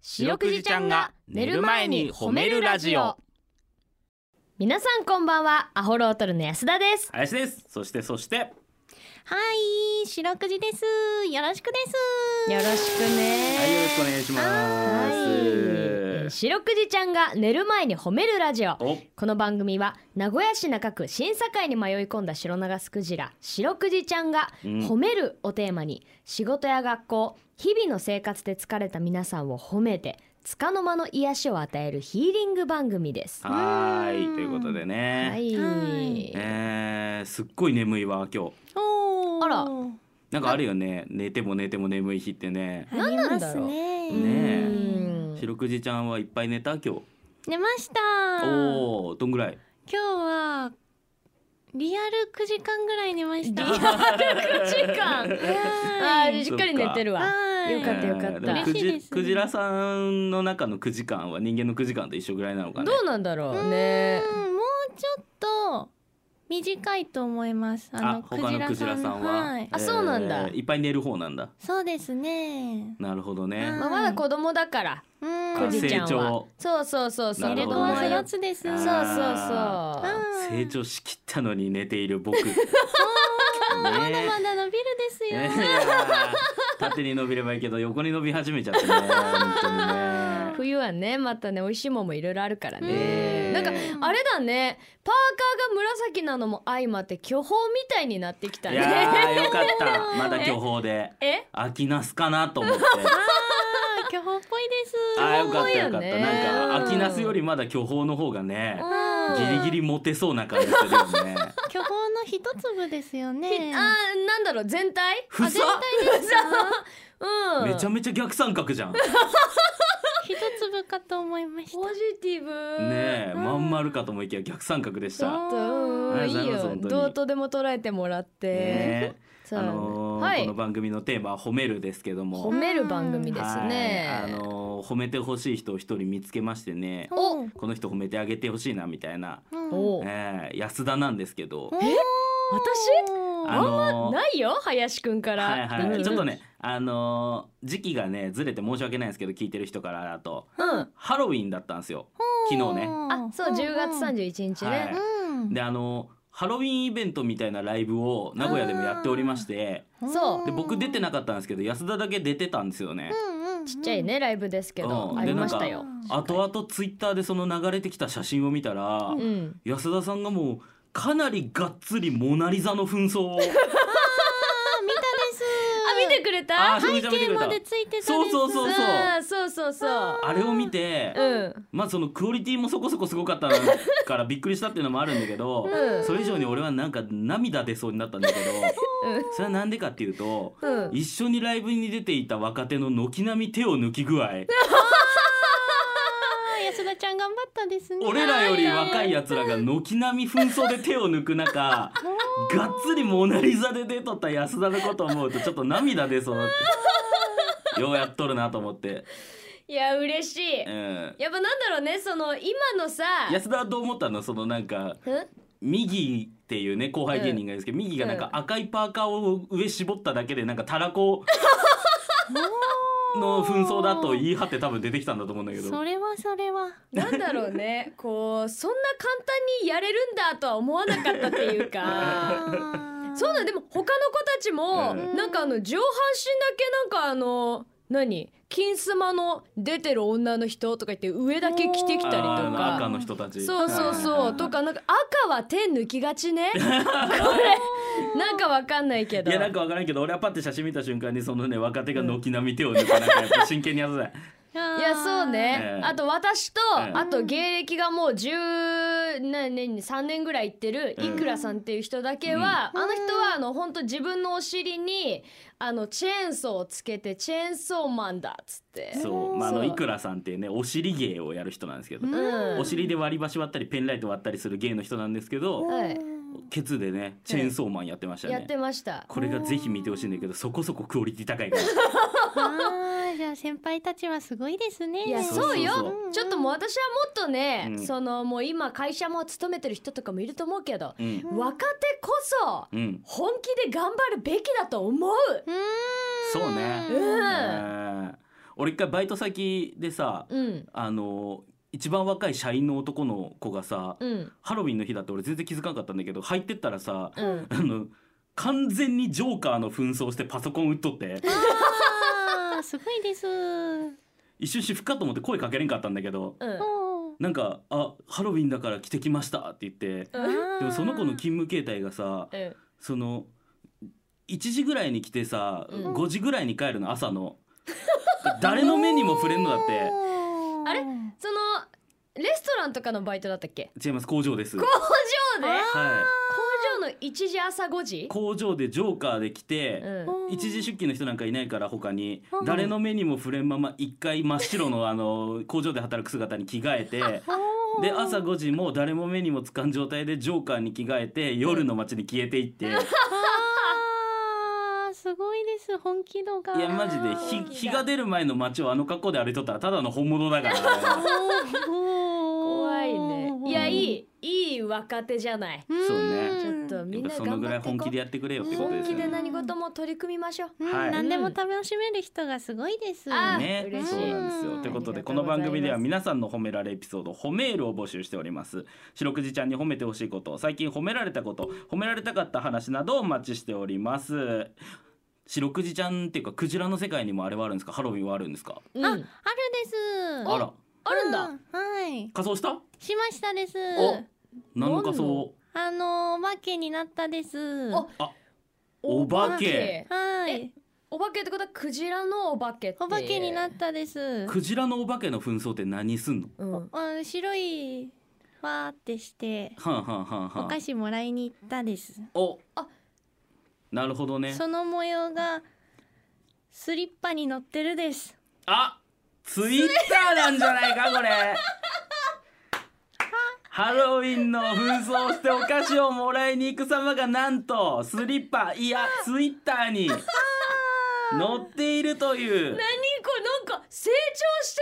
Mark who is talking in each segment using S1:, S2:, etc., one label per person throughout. S1: 白くじちゃんが寝る前に褒めるラジオ
S2: 皆さんこんばんはアホロートルの安田です
S1: 林ですそしてそして
S3: はい、白くじです。よろしくです。
S2: よろしく
S1: はいよろ
S2: ね
S1: しくお願いし
S2: はい
S1: ま
S2: え
S1: す
S2: 白くじちゃんが寝る前に褒めるラジオ
S1: お
S2: この番組は名古屋市中区審査会に迷い込んだ白長スクジラ白くじちゃんが
S1: うん
S2: 褒めるをテーマに仕事や学校日々の生活で疲れた皆さんを褒めて束の間の癒しを与えるヒーリング番組です。
S1: はーいということでね、
S2: はい、
S3: はい
S1: えー、すっごい眠いわ今日
S3: おー
S2: あら
S1: なんかあるよね寝ても寝ても眠い日ってね
S3: あり
S2: なん
S3: ま
S2: だ
S3: す
S2: ろう
S3: ね。
S1: ねえ
S2: うん
S1: 白くじちゃんはいっぱい寝た今日
S3: 寝ました。今
S1: おおどんぐらい
S3: 日はリアル9時間ぐらい寝ました。
S2: リアル9時間あー
S3: はい。
S2: しっかり寝てるわ。
S3: はい。
S2: よかったよかった
S1: えーでも
S3: 嬉しいで
S1: く
S3: すね
S1: じくじらさんの中の9時間は人間の9時間と一緒ぐらいなのか
S2: ど
S1: ね
S2: うなんだろうね。
S3: うんもうちょっと短いと思います。あ
S1: あ
S3: の
S1: 他のクジラさんは、
S3: はい。
S2: あそうなんだ
S1: えーいっぱい寝る方なんだ
S3: そうですね。
S1: なるほどね
S2: まあまだ子供だから
S3: うん。
S2: く
S1: あ
S2: じちゃん
S1: 成
S2: は
S1: 長。
S2: そうそうそうそう。
S1: な
S3: 寝
S1: る
S3: れ
S1: ほ
S3: 子
S1: どね
S3: は育つです。
S1: あー
S2: そうそうそう。
S3: うん
S1: 成長しきったのに寝ている僕ね
S3: まだまだ伸びるですよ。
S1: えー縦に伸びればいいけど横に伸び始めちゃってね本当にね
S2: 冬はねまたね美味しいもんもいろいろあるから
S1: ね
S2: ねなんかあれだねパーカーが紫なのも相まって巨峰みたいになってきた
S1: いや
S2: ね
S1: ーよかったまだ巨峰で
S2: え
S1: 秋ナスかなと思って
S3: あー巨峰っぽいです。
S1: あーよかったよ
S2: 巨
S1: か
S2: 峰
S1: った
S2: よね
S1: なんか秋ナスよりまだ巨峰の方がね
S2: うん
S1: ギリギリモテそうな感じするよね
S3: 巨峰の一粒ですよ
S2: あー
S3: ね。
S2: なんだろう全体
S1: ふさ
S2: うん
S1: めちゃめちゃ逆三角じゃんね
S3: 一粒かと思いました。
S2: ポジティブ
S1: え
S3: うん
S1: まん丸かと思いきや逆三角でした
S2: ちょっとうん
S1: あ
S2: い
S1: りがとう
S2: い
S1: ございます
S2: よ
S1: 本当に
S2: どうとでも捉えてもらって、
S1: ねえ
S2: そう
S1: あ
S2: なんだ
S1: のー
S2: はい
S1: この番組のテーマは褒めるですけども
S2: 褒める番組ですね、
S1: はい、あのー褒めてほしい人を一人見つけましてね
S2: お
S3: うん
S1: この人褒めてあげてほしいなみたいな、
S2: おう
S1: えー安田なんですけど
S3: おー
S2: 私
S1: あのー
S2: ないよ林くんから、
S1: はいはい、ちょっと
S2: ね
S1: ねあのー時期がねずれて申し訳ないんですけど聞いてる人からだと
S2: うん
S1: ハロウィンだったんですよ昨日ね。
S2: あそう10月
S3: 日。
S2: 31日ね、
S1: はい
S3: うん
S1: であのーハロウィンイベントみたいなライブを名古屋でもやっておりまして
S2: そう
S1: で僕出てなかったんですけど安田だけ出てたんですよね。
S2: ちっちゃい。ねライブですけど、
S1: うん
S2: ありました
S3: で
S2: よ。
S1: 後々ツイッターでその流れてきた写真を見たら、
S2: うん、
S1: 安田さんがもうかなりがっつりモナリザの紛争を
S3: あ見たです。
S2: あ見てくれ
S1: あ
S2: た？
S1: そう見た
S3: 背
S1: 見てく
S3: 景
S1: れた
S3: までついてたです。
S1: そうそうそうそう
S2: あーそうそうそう。
S1: あれを見て、
S2: うん
S1: まあそのクオリティもそこそこすごかったからびっくりしたっていうのもあるんだけど、
S2: うん
S1: それ以上に俺はなんか涙出そうになったんだけど
S2: うん
S1: それはなんでかっていうと
S2: うん。
S1: 一緒にライブに出ていた若手の軒並み手を抜き具合
S3: あー安田ちゃん頑張ったですね。
S1: 俺らより若いやつらが軒並み紛争で手を抜く中がっつりモナリザで出とった安田のこと思うとちょっと涙出そうになって。ようやっとるなと思って、
S2: いや嬉しい。
S1: うん、
S2: やっぱなんだろうねその今のさ。
S1: 安田はどう思ったのそのなんか
S2: うん
S1: 右っていうね後輩芸人がいるんですけど、右がなんか赤いパーカーを上絞っただけでなんかた らこの紛争だと言い張って多分出てきたんだと思うんだけど
S3: それはそれは。
S2: なんだろうねこうそんな簡単にやれるんだとは思わなかったっていう か。そうだでも他の子たちも、
S1: うん
S2: なんかあの上半身だけなんかあの何金スマの出てる女の人とか言って上だけ着てきたりと
S1: あーあの赤
S2: か。
S1: の人たち
S2: そうそう
S1: はいはい
S2: そ
S1: は
S2: う
S1: い
S2: とかなんか赤は手抜きがち ねこれなんかわかんないけ
S1: い
S2: ど
S1: やなんかわからんけど俺はパッて写真見た瞬間にそのね若手が軒並み手を抜くなんかやっぱ真剣にやつだ
S3: いや
S2: いやそう
S1: え
S2: ね
S1: え
S2: あと私と
S1: ええ
S2: あと芸歴がもう10何年に3年ぐらい行ってる
S1: うん
S2: いくらさんっていう人だけはあ
S3: うん
S2: の人はあの本当自分のお尻にあのチェーンソーをつけてチェーンソーマンだっつって
S1: そうまああの
S2: そう
S1: いくらさんっていうねお尻芸をやる人なんですけど、
S3: うん
S2: うん
S1: お尻で割り箸割ったりペンライト割ったりする芸の人なんですけど、
S2: はい
S1: ケツでねチェーンソーマンやってましたね、
S2: やってました
S1: これがぜひ見てほしいんだけどそこそこクオリティ高いから
S3: あーじゃあ先輩たちはすごいですね。
S2: いや
S1: そう
S2: そうよ
S1: そうそう
S2: ちょっともう私はもっとね、
S1: うん
S2: そのもう今会社も勤めてる人とかもいると思うけど、
S1: うん
S3: うん
S2: 若手こそ
S1: うん
S2: 本気で頑張るべきだと思う
S3: うーん。
S1: そうね
S2: うん
S1: うん俺一回バイト先でさ
S2: うん
S1: あの一番若い社員の男の子がさ
S2: うん
S1: ハロウィンの日だって俺全然気づかなかったんだけど入ってったらさ
S2: うん
S1: あの完全にジョーカーの紛争してパソコン打っとって
S3: あーすごいです。
S1: 一瞬私服かと思って声かけれんかったんだけど
S2: うん
S3: おー
S1: なんか「あハロウィンだから着てきました」って言ってでもその子の勤務形態がさ
S2: うん
S1: その1時ぐらいに来てさ、
S2: うん
S1: 5時ぐらいに帰るの朝の誰の目にも触れんのだっ
S3: おー
S2: あれそのレストランとかのバイトだったっけ
S1: て違います工場です、
S2: 工場で
S1: は
S2: 工場の1時朝5時
S1: い、工場でジョーカーで来て、
S2: うん
S1: 1時出勤の人なんかいないから他に
S3: うん
S1: 誰の目にも触れんまま一回真っ白のあの工場で働く姿に着替えてで朝5時も誰も目にもつかん状態でジョーカーに着替えて夜の街に消えてい ってい
S3: あーすごいです本気度が
S1: やマジで
S2: 本
S1: 日
S2: 気だ
S1: 日が出る前の街をあの格好で歩いとったらただの本物だからね
S2: 怖
S3: 怖
S2: いねいやいいいい若手じゃない
S1: そうね
S2: ちょっとみん
S1: やっぱ
S2: な
S1: その
S2: 頑
S1: ぐら
S2: 張
S1: い
S2: ってい
S1: 本
S2: こ
S1: 気
S2: う
S1: でやってくれよってこと
S3: 本
S1: です
S2: 本
S1: よ
S2: 気で
S1: ね。
S2: 何事も取り組みましょう
S3: うん
S1: はい
S3: 何でも楽しめる人がすごいです。
S2: あ
S1: ね
S2: 嬉しい
S1: そうなんですよ。ということ
S2: あ
S1: で
S2: りがと
S1: こ
S2: うございま
S1: の
S2: す
S1: 番組では皆さんの褒められエピソード褒めールを募集しております。白くじちゃんに褒めてほしいこと、最近褒められたこと、褒められたかった話などをお待ちしております。白くじちゃんっていうかクジラの世界にもあれはあるんですか？ハロウィンはあるんですか？
S2: うん
S3: あ
S2: あ
S3: あるです。
S1: あら
S2: るん
S3: う
S2: だ
S3: はい。
S1: 仮装した？
S3: しましたです。
S1: お何の仮装？
S3: あのーお化けになったです。
S2: お
S1: お化け
S3: はい。
S2: お化けってことはクジラのお化けって
S3: お化けになったです。
S1: クジラのお化けの紛争って何すんの？
S2: うん
S3: うん、白い。わーってして。
S1: はんはんはんは
S3: お
S1: ん
S3: 菓。子もらいに行ったです。
S1: お
S2: あ
S1: なるほどね。
S3: その模様が。スリッパに乗ってるです。
S1: あツイッターなんじゃないかこれハロウィンの紛争してお菓子をもらいに行く様がなんとスリッパいやツイッターに載っているという
S2: 何これなんか成長し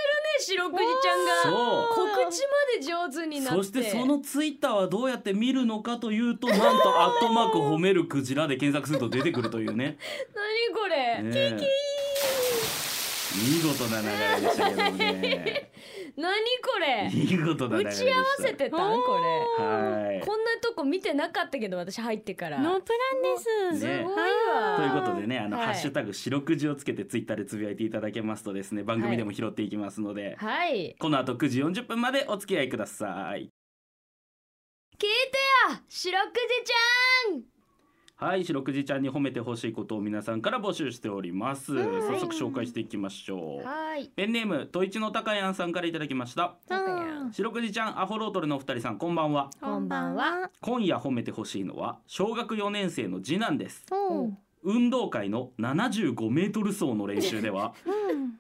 S2: てるね白くじちゃんが
S1: そう
S2: 告知まで上手になって
S1: そしてそのツイッターはどうやって見るのかというとなんと「アットマーク褒めるクジラ」で検索すると出てくるというね。
S2: 何これ、
S1: ねえ見事な流れでしたけどもね。
S2: 何これ
S1: 見事な流れ
S2: 打
S1: でし
S2: ち合
S1: た。
S2: わせてたんこれ
S1: はい。
S2: こんなとこ見てなかったけど私入ってから
S3: ノープランです。
S2: す
S1: ね
S2: ごいわ
S1: ということでねあの、
S2: はい
S1: ハッシュタグ四六時をつけてツイッターでつぶやいていただけますとですね番組でも拾っていきますので、
S2: はい
S1: この後9時40分までお付き合いください
S2: 聞いてよ白くじちゃん
S1: はい四六時ちゃんに褒めてほしいことを皆さんから募集しております早速紹介していきましょう
S2: はい
S1: ペンネームといちのたかやんさんからいただきました
S3: うん
S1: 四六時ちゃんアホロートルのお二人さんこんばんは
S2: こんばんは。
S1: 今夜褒めてほしいのは小学4年生の次男です
S3: おう。
S1: 運動会の75メートル走の練習では
S3: うん。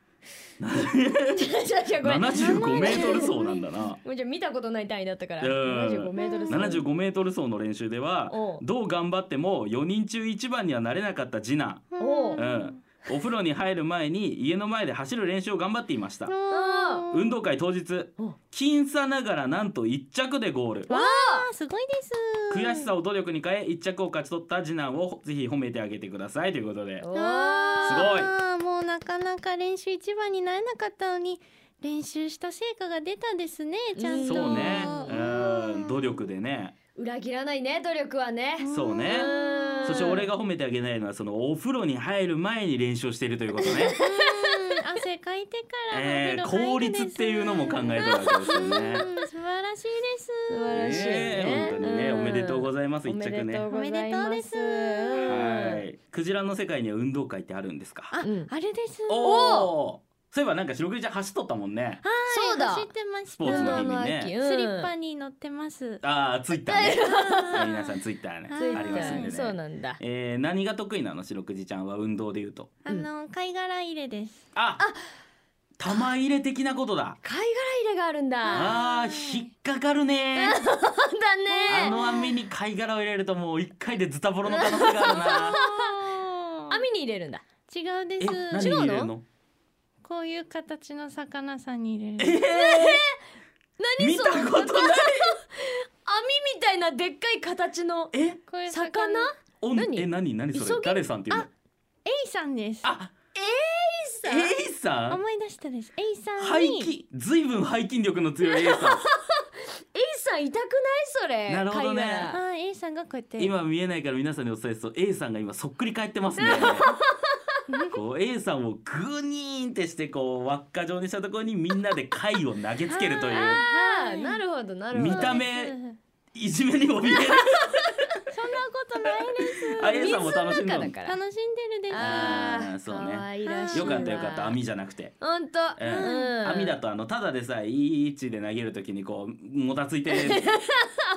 S2: じゃあじゃあ じゃあご めん
S1: 75メートル走なんだな
S2: もうじゃあ見たことない単位だったから
S1: うん
S2: 75メートル走
S1: 75メートル走の練習では
S2: おう
S1: どう頑張っても4人中1番にはなれなかった次男、
S2: おう
S1: うんお風呂に入る前に家の前で走る練習を頑張っていました
S3: うん
S1: 運動会当日
S2: お
S1: 僅差ながらなんと1着でゴール
S3: わあ、すごいです。
S1: 悔しさを努力に変え1着を勝ち取った次男をぜひ褒めてあげてくださいということで
S2: お
S3: あ
S1: すごい
S3: ーもうなかなか練習一番になれなかったのに練習した成果が出たですねちゃんと
S1: そうねう
S3: うん
S1: ん努力でね
S2: 裏切らないね努力はね
S1: そうね
S2: うん
S1: そして俺が褒めてあげないのはそのお風呂に入る前に練習をしているということ ね、
S3: うん汗かいてから
S1: えー
S3: お風呂
S1: 効
S3: 入るです
S1: 率っていうのも考えたわけですよね
S3: うん素晴らしいです
S2: 素晴らしいね
S1: え本当にね、
S2: うん
S1: おめでとうございます
S2: お
S1: 一
S2: めで
S1: 着
S2: とうご
S1: ね。
S2: ざいます
S3: おめでとうです
S1: はい。クジラの世界には運動会ってあるんですか。
S3: あ、
S2: うん
S3: あれです
S1: おお。そういえばなんか白クジちゃん走っとったもんね。
S3: はい
S2: そうだ
S3: 走ってまし
S1: スポーツの
S3: た
S1: 日にね
S2: 秋
S3: スリッパに乗ってます
S1: ああツイッターね。皆さんツイッターね
S3: ツ
S2: つい
S3: イッ
S2: て
S3: ター
S1: ありますんで
S2: そう
S1: ね。
S2: なんだ
S1: えー、何が得意なの白クジちゃんは運動で言うと。
S3: あの貝殻入れです
S1: あ。玉入れ的なことだ。
S2: 貝殻入れがあるんだ
S1: ああー引っかかるね。
S2: そうだ
S1: あ
S2: ね
S1: の網に貝殻を入れるともう一回でズタボロの可能性があるな。
S2: 網に入れるんだ
S3: 違うで
S1: え
S3: す
S1: 何入れるの？
S3: こういう形の魚さんに入
S1: え
S3: れる。
S1: ー、
S2: 何
S1: 見
S2: その
S1: たことない。
S2: 網みたいなでっかい形の
S1: え？
S3: こういう
S2: 魚
S1: おん
S2: 何
S1: え何何そ
S2: 急
S1: れ
S2: ぎ
S1: 誰さんっていうの
S3: エイさんです。
S1: あ
S3: あ、
S2: さ
S3: さん
S1: エイさん
S3: 思い出したですエイさん
S1: 背
S3: に
S1: 筋ずいぶん背筋力の強い
S2: エ
S1: A さ
S2: イさん痛くないそれ
S1: なるほどね
S2: 貝
S3: あ
S2: 殻
S3: ーエイさんがこうやって
S1: ん今見えないから皆さんにお伝えすると A さんが今そっくり返ってますねこう A さんをグニーンってしてこう輪っか状にしたところにみんなで貝を投げつけるという
S2: あ
S3: は
S2: ー
S3: い
S2: なるほどなるほど
S1: 見た目
S3: そうです
S1: いじめに怯 える
S3: そんなことないです
S1: あ A さんも楽しん
S2: 水
S1: だ
S2: の中だから
S3: 楽しんでるです
S2: あ
S1: あ
S2: ー
S1: ーそうね
S2: 可愛らしい
S1: よ
S2: わ
S1: かったよかった網じゃなくて。
S2: ほんと
S1: えー
S2: うん
S1: 網だとあのただでさえいい位置で投げるときにこうもたついて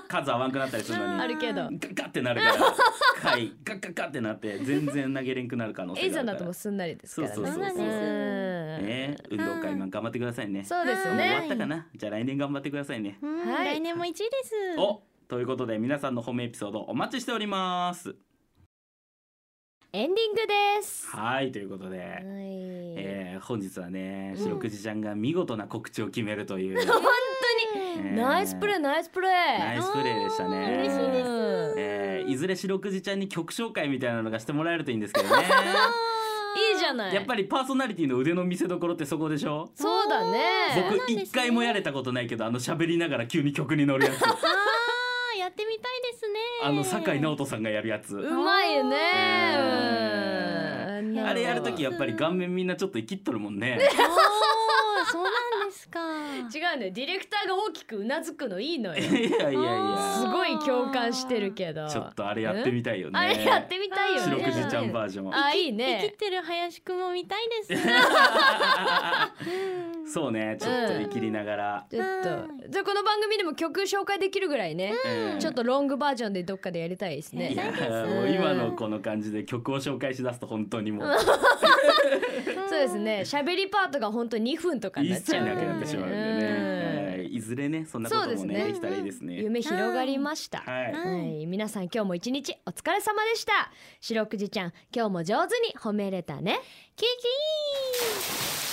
S1: 数合わんくなったりするの
S2: あ
S1: に
S2: るけど
S1: ガッガッてなるから貝ガッガッガッてなって全然投げれんくなる可能
S2: エ
S1: 性
S2: イ
S1: が
S2: さ
S1: あ
S2: ん
S1: る
S2: だ
S1: か
S2: とも
S1: ら
S2: う。すんなりですからね
S1: そうそうそうそう
S2: うん
S1: ね、運動会今頑張ってくださいね。
S2: そうです
S1: もう終わ
S2: ね
S1: ったかな。じゃあ来年頑張ってくださいね。
S3: うん
S2: はい
S3: 来年も1位です
S1: お、ということで皆さんの褒めエピソードお待ちしております。
S2: エンディングです
S1: はい、ということで。
S2: はい
S1: えー本日はね、
S2: うん
S1: 白くじちゃんが見事な告知を決めるという、
S3: うん
S1: えー
S2: ナイスプレーナイスプレー
S1: ナイスプレーでしたね
S3: あー嬉しいです
S2: うん
S1: えーいずれ白くじちゃんに曲紹介みたいなのがしてもらえるといいんですけ どね
S2: いいじゃない
S1: やっぱりパーソナリティの腕の見せ所ってそこでしょ
S2: そうだ
S3: そうなん
S2: ね
S1: 僕
S3: ですね
S1: 一回もやれたことないけどあの喋りながら急に曲に乗 るやつ
S3: あーやってみたいですね
S1: あの酒井直人さんがやるやつ、
S2: うまいよね
S1: え
S2: うん
S1: あれやると
S2: と
S1: き
S2: き
S1: やっぱり顔面みんなちょっと生きっとるもんね
S3: おーそうなんですか
S2: 違うねディレクターが大きくうなずくのいいのよ
S1: いやいやいや
S3: あー
S2: すごい共感してるけど
S1: ちょっとあれやってみたいよね
S2: あれやってみたいよね
S1: 白くじちゃんバージョン
S2: あいい
S3: 生
S2: ね
S3: きてる林くんも見たいですう ん
S1: そうねちょっと生きりながら、
S2: ちょっと
S3: は
S2: じゃあこの番組でも曲紹介できるぐらいね、
S1: うん
S2: ちょっとロングバージョンでどっかでやりたいです
S1: い
S2: ね
S1: やもう今のこの感じで曲を紹介しだすと本当にもう
S2: そうですね喋りパートが本当2分とかになっ
S1: 一
S2: ち
S1: 切
S2: ゃう
S1: なくなってしまうんでね、
S2: うん
S1: はいいずれねそんなことも
S2: そうで
S1: ね
S2: す
S1: で
S2: ね
S1: きたらいいですね
S2: 夢広がりました、
S1: はい、
S3: は
S2: はい、皆さん今日も一日お疲れ様でした。白くじちゃん、今日も上手に褒めれたね。キキー